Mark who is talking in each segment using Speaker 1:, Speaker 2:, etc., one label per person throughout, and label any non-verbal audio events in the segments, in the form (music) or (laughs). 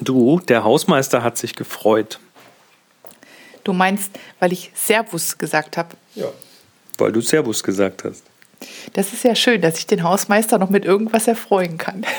Speaker 1: Du, der Hausmeister hat sich gefreut,
Speaker 2: Du meinst, weil ich Servus gesagt habe.
Speaker 1: weil du Servus gesagt hast.
Speaker 2: Das ist ja schön, dass ich den Hausmeister noch mit irgendwas erfreuen kann. (laughs)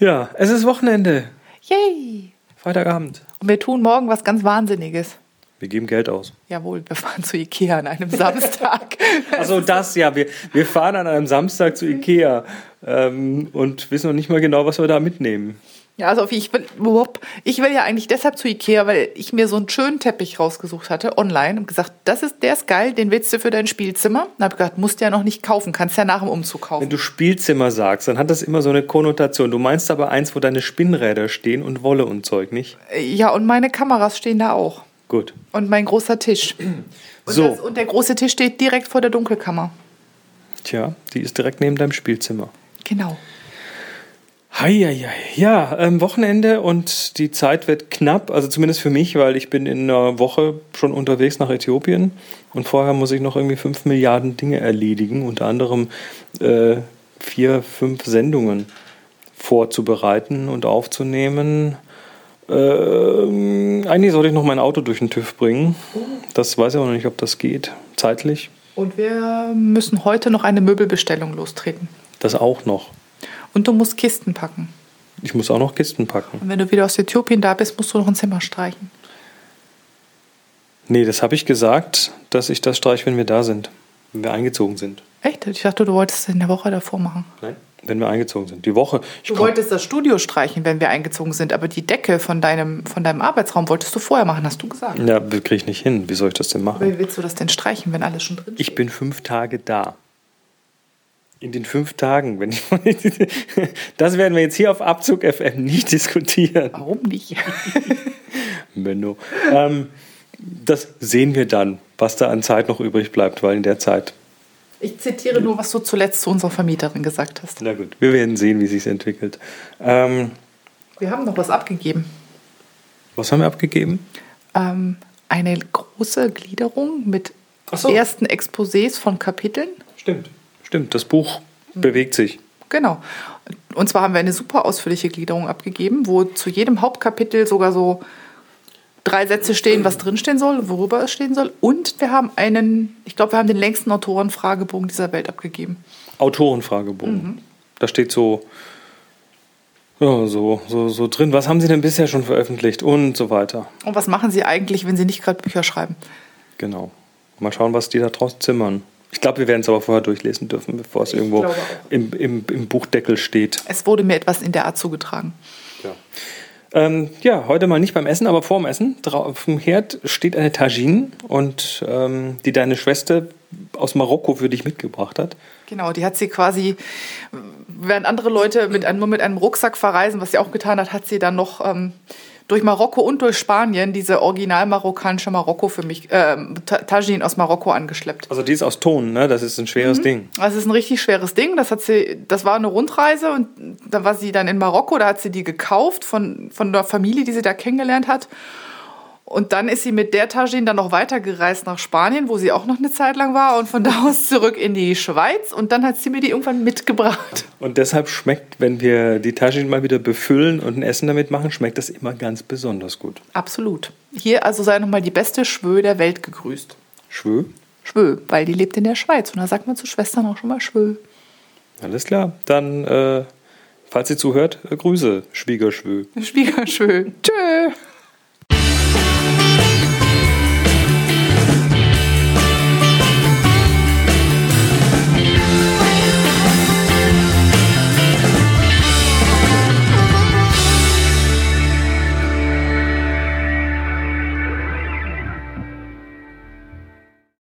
Speaker 1: Ja, es ist Wochenende.
Speaker 2: Yay!
Speaker 1: Freitagabend.
Speaker 2: Und wir tun morgen was ganz Wahnsinniges.
Speaker 1: Wir geben Geld (laughs) aus.
Speaker 2: Jawohl, wir fahren zu Ikea an einem (laughs) Samstag.
Speaker 1: Also das, ja. Wir, wir fahren an einem Samstag zu Ikea ähm, und wissen noch nicht mal genau, was wir da mitnehmen.
Speaker 2: ja, also ich will, wupp, ich will ja eigentlich deshalb zu Ikea, weil ich mir so einen schönen Teppich rausgesucht hatte online und gesagt, das ist, der ist geil, den willst du für dein Spielzimmer. Und habe gedacht, musst du ja noch nicht kaufen, kannst ja nach dem Umzug
Speaker 1: Wenn
Speaker 2: kaufen.
Speaker 1: du Spielzimmer sagst, dann hat das immer so eine Konnotation. Du meinst aber eins, wo deine Spinnräder stehen und Wolle und Zeug, nicht?
Speaker 2: Ja, und meine Kameras stehen da auch.
Speaker 1: Gut.
Speaker 2: Und mein großer Tisch. Und,
Speaker 1: So.
Speaker 2: das, und der große Tisch steht direkt vor der Dunkelkammer.
Speaker 1: Tja, die ist direkt neben deinem Spielzimmer.
Speaker 2: Genau.
Speaker 1: Heieiei. Ja, ähm, Wochenende und die Zeit wird knapp, also zumindest für mich, weil ich bin in einer Woche schon unterwegs nach Äthiopien und vorher muss ich noch irgendwie 5 Milliarden Dinge erledigen, unter anderem äh, vier, fünf Sendungen vorzubereiten und aufzunehmen. Ähm, eigentlich sollte ich noch mein Auto durch den TÜV bringen. Das weiß ich aber noch nicht, ob das geht, zeitlich.
Speaker 2: Und wir müssen heute noch eine Möbelbestellung lostreten.
Speaker 1: Das auch noch.
Speaker 2: Und du musst Kisten packen.
Speaker 1: Ich muss auch noch Kisten packen.
Speaker 2: Und wenn du wieder aus Äthiopien da bist, musst du noch ein Zimmer streichen.
Speaker 1: Nee, das habe ich gesagt, dass ich das streiche, wenn wir da sind. Wenn wir eingezogen sind.
Speaker 2: Echt? Ich dachte, du wolltest es in der Woche davor machen.
Speaker 1: Nein. Wenn wir eingezogen sind. Die Woche. Ich
Speaker 2: Du
Speaker 1: komm-
Speaker 2: wolltest das Studio streichen, wenn wir eingezogen sind, aber die Decke von deinem, von deinem Arbeitsraum wolltest du vorher machen, hast du gesagt.
Speaker 1: ja, kriege ich nicht hin. Wie soll ich das denn machen?
Speaker 2: Wie willst du das denn streichen, wenn alles schon drin ist?
Speaker 1: Ich bin fünf Tage da. In den fünf Tagen, wenn ich. (laughs) Das werden wir jetzt hier auf Abzug FM nicht diskutieren.
Speaker 2: Warum nicht? (laughs)
Speaker 1: Menno. Ähm, das sehen wir dann, was da an Zeit noch übrig bleibt, weil in der Zeit.
Speaker 2: Ich zitiere nur, was du zuletzt zu unserer Vermieterin gesagt hast.
Speaker 1: Na gut, wir werden sehen, wie sich's entwickelt. Ähm,
Speaker 2: Wir haben noch was abgegeben.
Speaker 1: was haben wir abgegeben?
Speaker 2: Ähm, eine große Gliederung mit
Speaker 1: Ach so.
Speaker 2: ersten Exposés von Kapiteln.
Speaker 1: Stimmt. Stimmt, das Buch bewegt sich.
Speaker 2: Genau. Und zwar haben wir eine super ausführliche Gliederung abgegeben, wo zu jedem Hauptkapitel sogar so drei Sätze stehen, was drinstehen soll, worüber es stehen soll. Und wir haben einen, ich glaube, wir haben den längsten Autorenfragebogen dieser Welt abgegeben.
Speaker 1: Autorenfragebogen. Da steht so, ja, so, so, so drin, was haben Sie denn bisher schon veröffentlicht und so weiter.
Speaker 2: Und was machen Sie eigentlich, wenn Sie nicht gerade Bücher schreiben?
Speaker 1: Genau. Mal schauen, was die da draus zimmern. Ich glaube, wir werden es aber vorher durchlesen dürfen, bevor es irgendwo
Speaker 2: glaube auch.
Speaker 1: im, im, im Buchdeckel steht.
Speaker 2: Es wurde mir etwas in der Art zugetragen.
Speaker 1: Ja. Ähm, ja, heute mal nicht beim Essen, aber vorm Essen. Auf dem Herd steht eine Tagine und ähm, die deine Schwester aus Marokko für dich mitgebracht hat.
Speaker 2: Genau, die hat sie quasi, während andere Leute mit einem, nur mit einem Rucksack verreisen, was sie auch getan hat, hat sie dann noch ähm, durch Marokko und durch Spanien diese original marokkanische Marokko für mich, äh, Ta- Tajin aus Marokko angeschleppt.
Speaker 1: Also die ist aus Ton, ne? Das ist ein
Speaker 2: Mhm.
Speaker 1: schweres Ding.
Speaker 2: Das Also, ist ein richtig schweres Ding. Das hat sie, das war eine Rundreise und da war sie dann in Marokko. Da hat sie die gekauft von von der Familie, die sie da kennengelernt hat. Und dann ist sie mit der Tajin dann noch weitergereist nach Spanien, wo sie auch noch eine Zeit lang war und von (laughs) da aus zurück in die Schweiz. Und dann hat sie mir die irgendwann mitgebracht. (laughs)
Speaker 1: Und deshalb schmeckt, wenn wir die Taschen mal wieder befüllen und ein Essen damit machen, schmeckt das immer ganz besonders gut.
Speaker 2: Absolut. Hier also sei nochmal die beste Schwö der Welt gegrüßt.
Speaker 1: Schwö?
Speaker 2: Schwö, weil die lebt in der Schweiz und da sagt man zu Schwestern auch schon mal Schwö.
Speaker 1: Alles klar. Dann, äh, falls ihr zuhört, äh, Grüße, Schwiegerschwö.
Speaker 2: Schwiegerschwö. (laughs) Tschö.